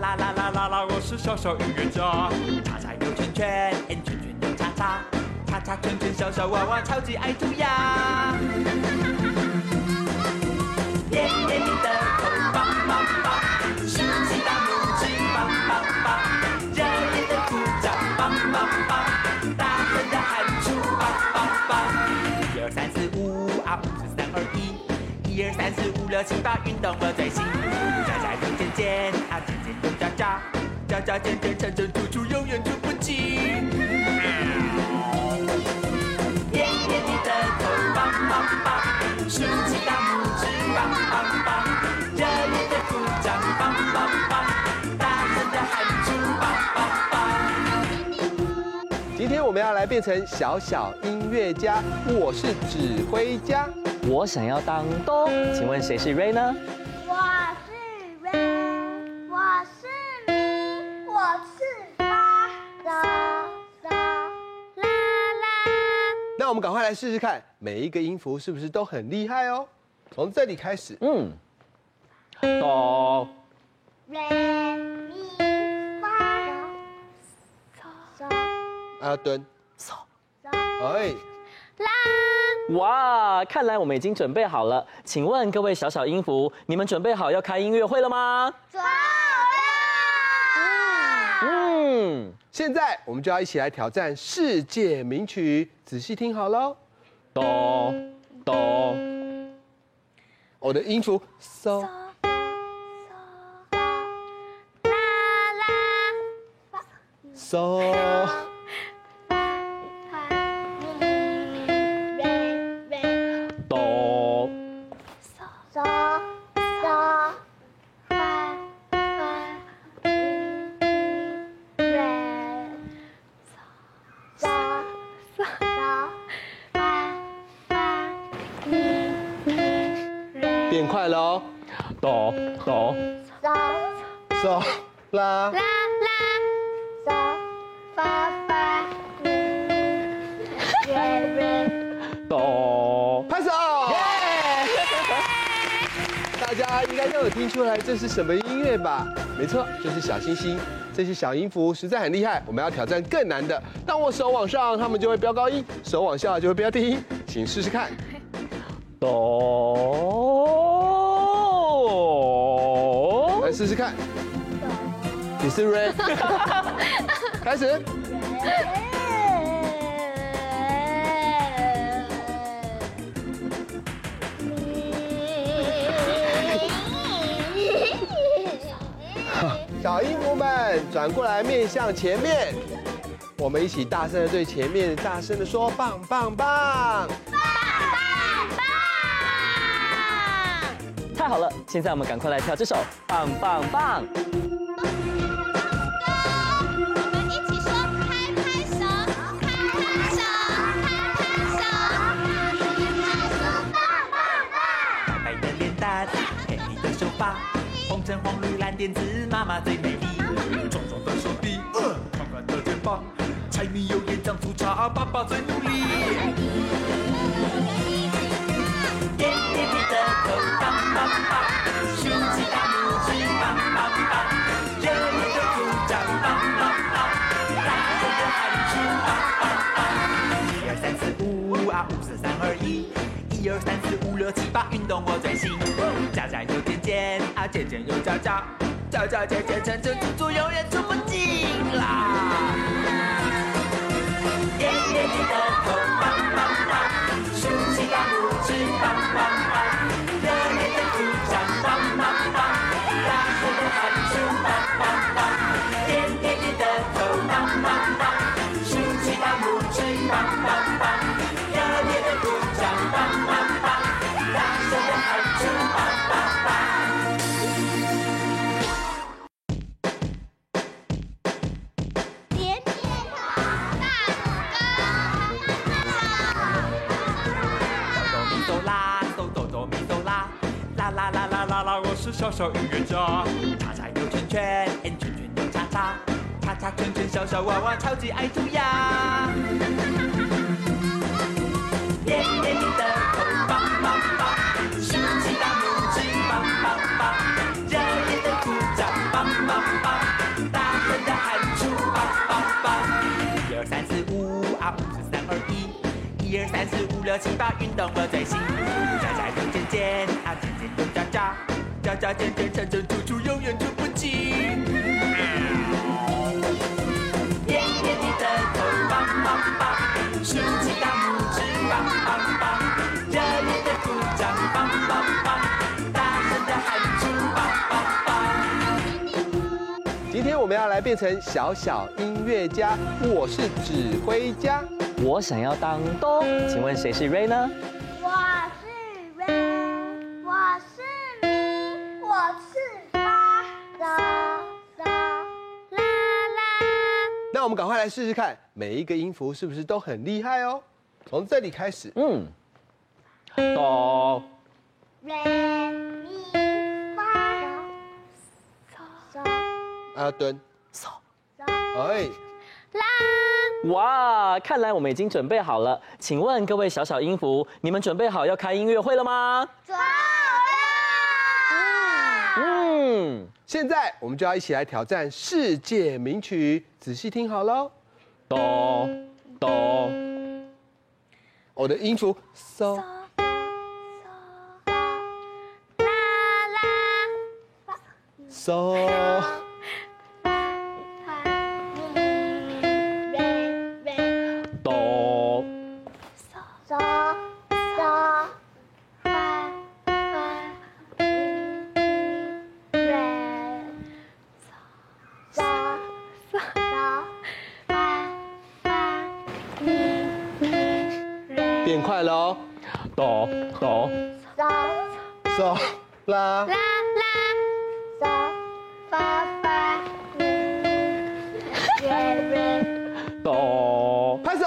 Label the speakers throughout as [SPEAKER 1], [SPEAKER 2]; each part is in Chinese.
[SPEAKER 1] 啦啦，我是小小音乐家。叉叉又圈圈，圈圈又叉叉，叉叉圈圈小小娃娃超级爱涂鸦。耶耶你的头棒棒棒，竖起大拇指棒棒棒，热烈的鼓掌棒棒棒，大声的喊出棒棒棒。一二三四五啊，五四三二一，一二三四五六七八，运动我最行。加加又减减啊，减减又加加，加加减减产生突出，永远出不起。耶耶你的头棒棒棒，竖起大拇指棒棒棒，热烈的鼓掌棒棒棒，大声的喊出棒棒棒。
[SPEAKER 2] 今天我们要来变成小小音乐家，我是指挥家。
[SPEAKER 3] 我想要当哆，请问谁是 Ray 呢？
[SPEAKER 4] 我是瑞，我是咪，我是发，嗦嗦啦啦，
[SPEAKER 2] 那我们赶快来试试看，每一个音符是不是都很厉害哦？从这里开始，
[SPEAKER 3] 嗯，哆，
[SPEAKER 4] 瑞咪发，嗦嗦
[SPEAKER 2] 啊蹲，
[SPEAKER 4] 嗦
[SPEAKER 2] 哎，
[SPEAKER 4] 啦，
[SPEAKER 3] 哇，看来我们已经准备好了。请问各位小小音符，你们准备好要开音乐会了吗？
[SPEAKER 4] 走啦！
[SPEAKER 3] 嗯，
[SPEAKER 2] 现在我们就要一起来挑战世界名曲，仔细听好喽。
[SPEAKER 3] 哆哆，
[SPEAKER 2] 我的音符，so
[SPEAKER 4] 啦啦，发
[SPEAKER 2] so，
[SPEAKER 4] 发咪瑞瑞。嗦
[SPEAKER 3] 哆，
[SPEAKER 4] 嗦发发咪咪瑞，嗦嗦嗦发发咪咪瑞，
[SPEAKER 2] 变快了哦
[SPEAKER 3] 哆哆，
[SPEAKER 4] 嗦
[SPEAKER 2] ，so 啦
[SPEAKER 4] 啦，啦嗦发发咪咪瑞瑞，
[SPEAKER 3] 哆。
[SPEAKER 2] 拍手。大家应该都有听出来这是什么音乐吧？没错，就是小星星。这些小音符实在很厉害，我们要挑战更难的。当我手往上，他们就会飙高音；手往下就会飙低音。请试试看。
[SPEAKER 3] 哆。
[SPEAKER 2] 来试试看。你是 Ray，开始。 小音符们转过来面向前面，我们一起大声的对前面大声的说棒棒棒。
[SPEAKER 3] 太好了，现在我们赶快来跳这首《棒棒棒》。
[SPEAKER 4] 我们一起说拍拍手，拍拍手，拍拍手，拍手棒棒棒。
[SPEAKER 1] 白的脸蛋，黑的秀发，红橙黄绿蓝靛紫，妈妈最美丽。壮壮的手臂，呃，宽宽的肩膀，柴米油盐酱醋茶，爸爸最努力。点点你的头，棒棒棒，竖起大拇指，棒棒棒，热烈的鼓掌，棒棒棒，大声的喊出棒棒棒。一二三四五啊，五四三二一。一二三四五六七八，运动我最行。加加又减减啊，减减又加加，加加减减乘乘除除，永远出不尽啦。耶耶你的头棒棒棒，竖起大拇指棒棒棒，热烈的鼓掌棒棒棒，大声的喊出棒棒棒，点点你的头棒棒棒，竖起大拇指棒棒棒，热烈的鼓掌棒棒棒，大声的喊出棒棒棒。
[SPEAKER 4] 点点头，大拇
[SPEAKER 1] 哆哆咪哆啦，哆哆哆咪哆啦，啦啦啦啦啦啦，我是小小音乐家。叉叉又圈圈，圈圈又叉叉，叉叉圈圈小小娃娃超级爱涂鸦。点点你的头棒棒棒，竖起大拇指棒棒棒，热烈的鼓掌棒棒棒，大八五四三二一，一二三四五六七八，运动我最行。扎扎又尖尖，啊尖尖又扎扎，扎扎尖尖缠缠处处永远出不清。扁扁你的头，棒棒棒，竖起大拇指，棒棒棒，热烈的鼓掌，棒棒棒，大声的喊出，棒棒棒。
[SPEAKER 2] 今天我们要来变成小小音乐家，我是指挥家。
[SPEAKER 3] 我想要当咚，请问谁是 Ray 呢？
[SPEAKER 4] 我是 Ray，我是你，我是八，走走啦啦。
[SPEAKER 2] 那我们赶快来试试看，每一个音符是不是都很厉害哦？从这里开始，
[SPEAKER 3] 嗯，咚，
[SPEAKER 4] 瑞咪发嗦
[SPEAKER 2] 啊蹲，
[SPEAKER 3] 嗦。
[SPEAKER 4] 嗦
[SPEAKER 2] 哎，
[SPEAKER 4] 啦，
[SPEAKER 3] 哇，看来我们已经准备好了。请问各位小小音符，你们准备好要开音乐会了吗？
[SPEAKER 4] 走啦！
[SPEAKER 3] 嗯，
[SPEAKER 2] 现在我们就要一起来挑战世界名曲，仔细听好喽。
[SPEAKER 3] 咚咚，
[SPEAKER 2] 我的音符，so
[SPEAKER 4] 嗦啦啦，发
[SPEAKER 2] so，
[SPEAKER 4] 发咪瑞瑞
[SPEAKER 3] 咚
[SPEAKER 4] 嗦嗦嗦，发发咪瑞嗦嗦嗦，发发咪瑞。
[SPEAKER 2] 变快喽
[SPEAKER 3] 咚咚，
[SPEAKER 4] 走
[SPEAKER 2] ，so 啦
[SPEAKER 4] 啦啦，走，爸爸，嗯耶耶，
[SPEAKER 3] 咚。
[SPEAKER 2] 拍手。啊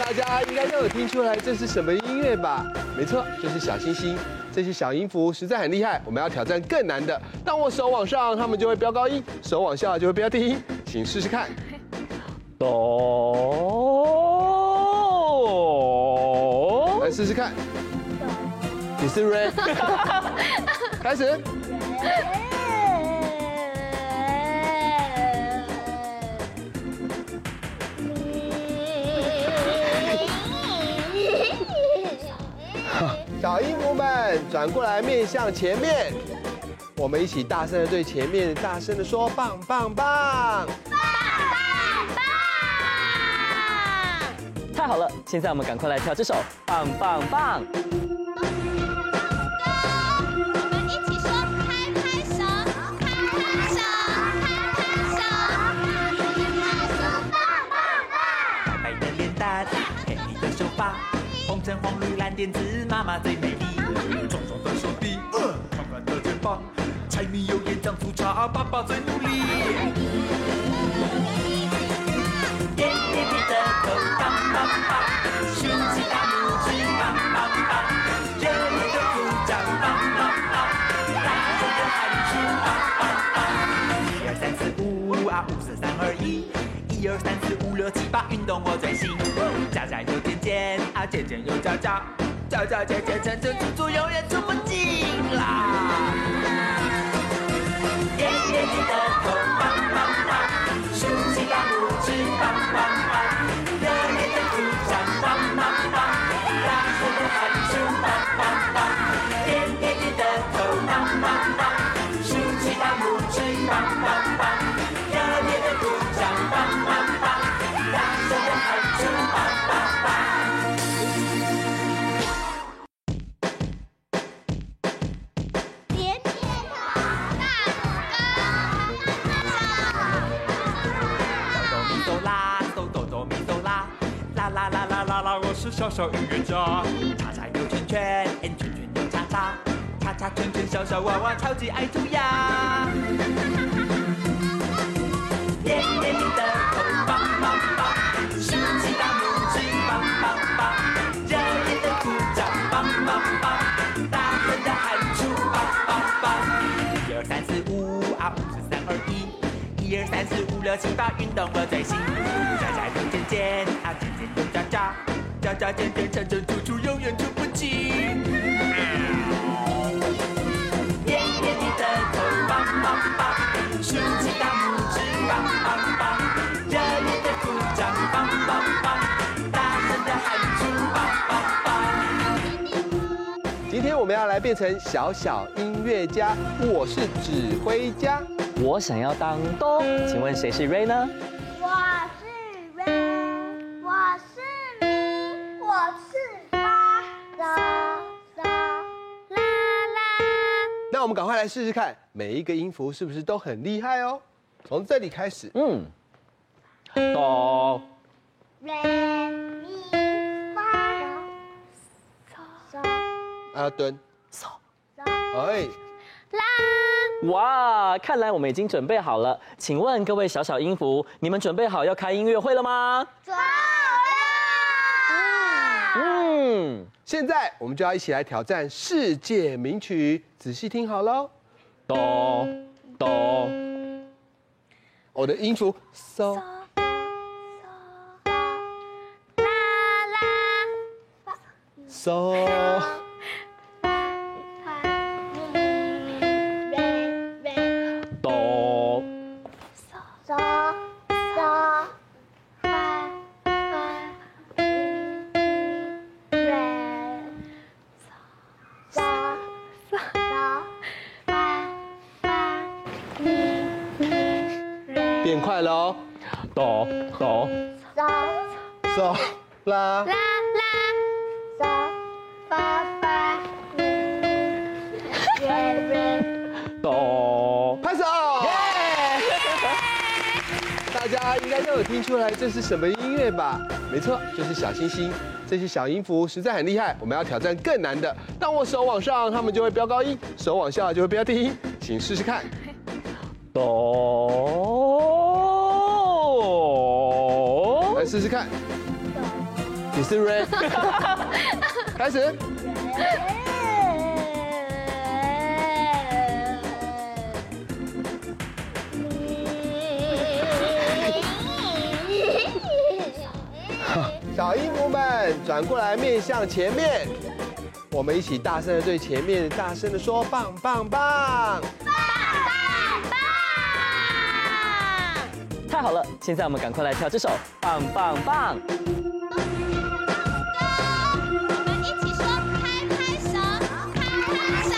[SPEAKER 2] 大家应该都有听出来这是什么音乐吧？没错，就是小星星。这些小音符实在很厉害，我们要挑战更难的。当我手往上，他们就会飙高音；手往下就会飙低音。请试试看。
[SPEAKER 3] 咚。
[SPEAKER 2] 来试试看。你是 Ray，开始。小音符们转过来面向前面，我们一起大声的对前面大声的说棒棒棒。
[SPEAKER 3] 太好了，现在我们赶快来跳这首棒棒棒。
[SPEAKER 4] 我们一起说拍拍手，拍拍手，拍拍手，拍手棒棒棒。
[SPEAKER 1] 白白的脸蛋，黑黑的秀发，红橙黄绿蓝靛紫，妈妈最美丽。壮壮的手臂，呃，宽宽的肩膀，柴米油盐酱醋茶，爸爸最努力。点点你的头，棒棒棒，竖起大拇指，棒棒棒，热烈的鼓掌，棒棒棒，大声的喊出，棒棒棒。一二三四五啊，五四三二一，一二三四五六七八，运动我最行。加加又减减啊，减减又加加，加加减减乘乘处处永远出不尽啦。点点你的头，棒棒棒，竖起大拇指，棒棒棒，热烈的鼓掌，棒棒棒，大声的喊出，棒棒棒，点点你的头，棒棒棒，竖起大拇指，棒棒棒，热烈的鼓掌，棒棒棒，大声的喊出，棒棒棒。
[SPEAKER 4] 连绵大拇哥，
[SPEAKER 1] 哆咪哆啦，哆哆哆咪哆啦，啦啦啦啦啦啦，我是小小音乐家。叉叉又圈圈，圈圈又叉叉，叉叉圈圈小小娃娃超级爱涂鸦。点点你的头，棒棒棒，竖起大拇指，棒棒棒，热烈的鼓掌，棒棒棒，大声的喊出，棒棒棒。一二三四五啊，五四三二一，一二三四五六七八，运动我最行。加加又减减啊，减减又加加，加加减减乘乘处处永远出不尽。点点你的头，棒棒棒，竖起大拇指，棒棒棒，热烈的
[SPEAKER 2] 变成小小音乐家，我是指挥家。
[SPEAKER 3] 我想要当哆，请问谁是 Ray 呢？
[SPEAKER 4] 我是 Ray，我是咪，我是发，嗦嗦啦啦。
[SPEAKER 2] 那我们赶快来试试看，每一个音符是不是都很厉害哦？从这里开始，
[SPEAKER 3] 嗯，哆，
[SPEAKER 4] 瑞咪发嗦
[SPEAKER 2] 啊蹲，
[SPEAKER 3] 嗦。
[SPEAKER 4] 嗦
[SPEAKER 2] 哎，
[SPEAKER 4] 啦，
[SPEAKER 3] 哇，看来我们已经准备好了。请问各位小小音符，你们准备好要开音乐会了吗？
[SPEAKER 4] 走啦！
[SPEAKER 3] 嗯，
[SPEAKER 2] 现在我们就要一起来挑战世界名曲，仔细听好喽。
[SPEAKER 3] 哆哆，
[SPEAKER 2] 我的音符，so
[SPEAKER 4] 啦啦
[SPEAKER 2] so，
[SPEAKER 4] 发咪瑞瑞
[SPEAKER 3] 哆
[SPEAKER 4] 嗦嗦发发咪咪瑞嗦嗦嗦发发咪咪瑞
[SPEAKER 2] 变快喽
[SPEAKER 3] 哆哆
[SPEAKER 4] 嗦。
[SPEAKER 2] ，so 啦
[SPEAKER 4] 啦，啦，嗦发发咪瑞瑞，
[SPEAKER 3] 哆。
[SPEAKER 2] 拍手。啊 大家应该都有听出来这是什么音乐吧？没错，就是小星星。这些小音符实在很厉害，我们要挑战更难的。当我手往上，他们就会飙高音；手往下就会飙低音。请试试看。
[SPEAKER 3] 哆。
[SPEAKER 2] 来试试看。你是 Ray，开始。小音符们转过来，面向前面。我们一起大声的对前面大声的说棒棒棒。
[SPEAKER 3] 太好了，现在我们赶快来跳这首《棒棒棒》。
[SPEAKER 4] 我们一起说拍拍手，拍拍手，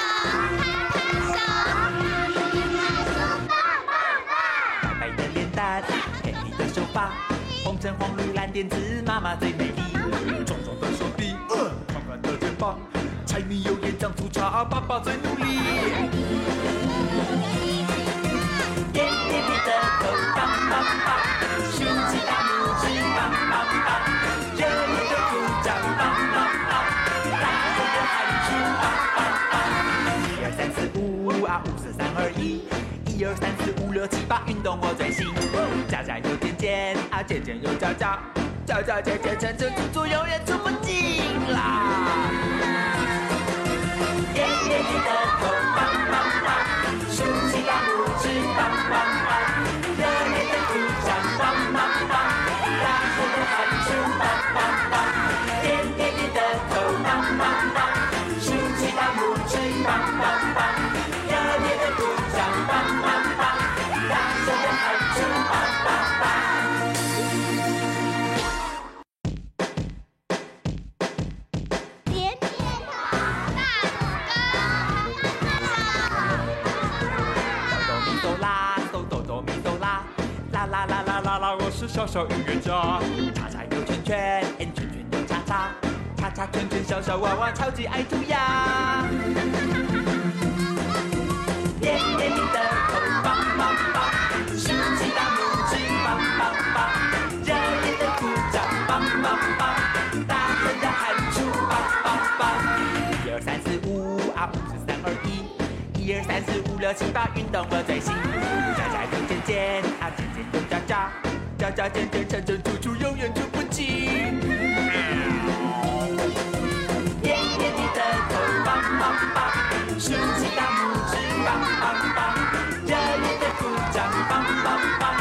[SPEAKER 4] 拍拍手，拍手棒棒棒。
[SPEAKER 1] 白的脸蛋，黑的秀发，红橙黄绿蓝靛紫，妈妈最美丽。壮壮的手臂，呃，宽宽的肩膀，柴米油盐酱醋茶，爸爸最努力。点点点的头，棒棒棒，竖起大拇指，棒棒棒，热烈的鼓掌，棒棒棒，大声的喊出，棒棒棒。一二三四五啊，五四三二一，一二三四五六七八，运动我最行。家家有尖尖啊，尖尖有家家，家家尖尖成成处处永远出不尽啦。耶耶耶的头，棒棒棒，竖起大拇指，棒棒棒，热烈的鼓掌，棒棒棒，大声的喊出，棒棒棒，点点点的头，棒棒棒，竖起大拇指，棒棒棒，热烈的鼓掌，棒棒棒，大声的喊出，棒棒棒。
[SPEAKER 4] 连天堂大拇哥，
[SPEAKER 1] 哆哆咪哆啦，哆哆哆咪哆啦，啦啦啦啦啦啦，我是小小音乐家。叉叉又圈圈，嗯圈圈又叉叉，叉叉圈圈小小娃娃超级爱涂鸦。点点你的头，棒棒棒，竖起大拇指，棒棒棒，热烈的鼓掌，棒棒棒，大声的喊出，棒棒棒，一二三四五啊，五四三二一，一二三四五六七八，运动我最行，家家有尖尖啊，尖尖有渣渣，渣渣尖尖成成处处永远出不尽。点点你的头，棒棒棒，竖起大拇指，棒棒棒，热烈的鼓掌，棒棒棒，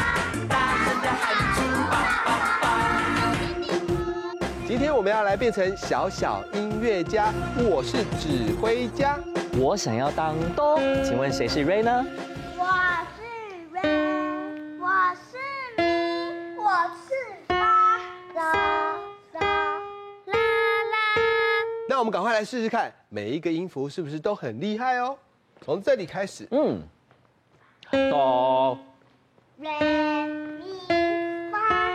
[SPEAKER 1] 大声的喊出，棒棒棒。
[SPEAKER 2] 今天我们要来变成小小音乐家，我是指挥家。
[SPEAKER 3] 我想要当哆，请问谁是 Ray 呢？
[SPEAKER 4] 我是 Ray，我是咪，我是发，嗦嗦啦啦。
[SPEAKER 2] 那我我们赶快来试试看，每一个音符是不是都很厉害哦？从这里开始，
[SPEAKER 3] 嗯，哆
[SPEAKER 4] 瑞咪发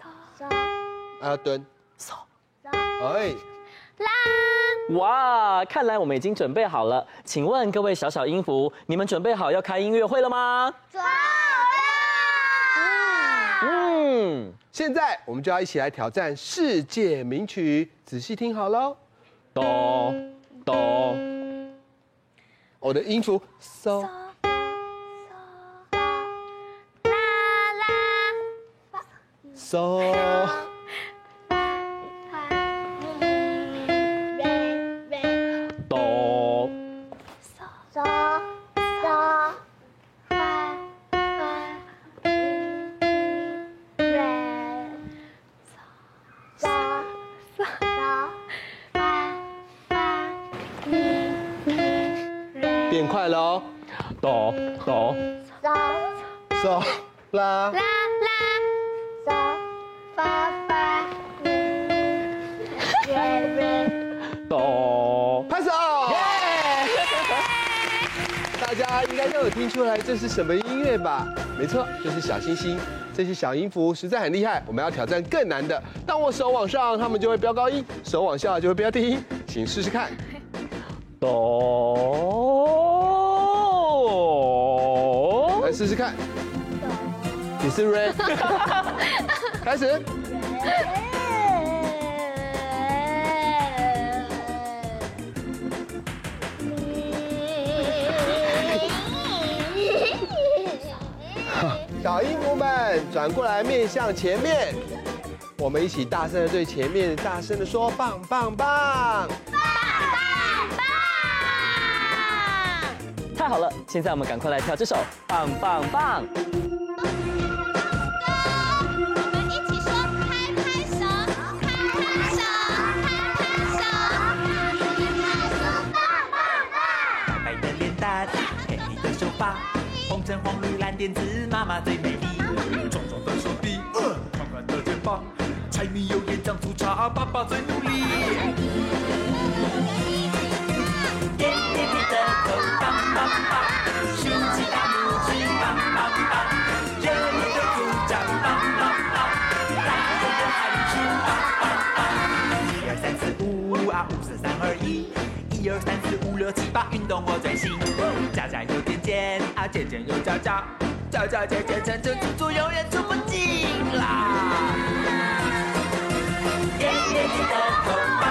[SPEAKER 4] 嗦
[SPEAKER 2] 啊蹲，
[SPEAKER 3] 嗦。
[SPEAKER 4] 嗦
[SPEAKER 2] 哎，
[SPEAKER 4] 啦，
[SPEAKER 3] 哇，看来我们已经准备好了。请问各位小小音符，你们准备好要开音乐会了吗？
[SPEAKER 4] 走啦！
[SPEAKER 3] 嗯，
[SPEAKER 2] 现在我们就要一起来挑战世界名曲，仔细听好哦喽。
[SPEAKER 3] 哆哆
[SPEAKER 2] 我的音符
[SPEAKER 4] 嗦嗦啦啦，
[SPEAKER 2] ，so
[SPEAKER 4] 发
[SPEAKER 2] so，
[SPEAKER 4] 发咪瑞瑞
[SPEAKER 3] 哆
[SPEAKER 4] 嗦嗦嗦发发咪瑞嗦嗦嗦发发咪瑞
[SPEAKER 2] 变快了哦
[SPEAKER 3] 哆哆
[SPEAKER 4] 嗦。
[SPEAKER 2] ，so 啦
[SPEAKER 4] 啦啦，嗦发发咪，瑞瑞，
[SPEAKER 3] 哆。
[SPEAKER 2] 拍手！大家应该都有听出来这是什么音乐吧？没错，就是小星星。这些小音符实在很厉害，我们要挑战更难的。当我手往上，他们就会飙高音；手往下就会飙低音。请试试看。
[SPEAKER 3] 哆。
[SPEAKER 2] 来试试看。你是 Red，开始。小音符们转过来面向前面，我们一起大声的对前面大声的说棒棒棒。
[SPEAKER 3] 太好了，现在我们赶快来跳这首棒棒棒。
[SPEAKER 4] 我们一起说拍拍手，拍拍手，拍拍手，拍手棒棒棒。
[SPEAKER 1] 白白的脸蛋，黑黑的秀发，红橙黄绿蓝靛紫，妈妈最美丽。壮壮的手臂，呃，宽宽的肩膀，柴米油盐酱醋茶，爸爸最努力。点点点的头，棒棒棒，竖起大拇指，棒棒棒，热烈的鼓掌，棒棒棒，大声的喊出，棒棒棒。一二三四五啊，五四三二一。一二三四五六七八，运动我最行。家家有健健啊，健健有家家，家家健健成成处处永远出不尽啦。点点点的头，棒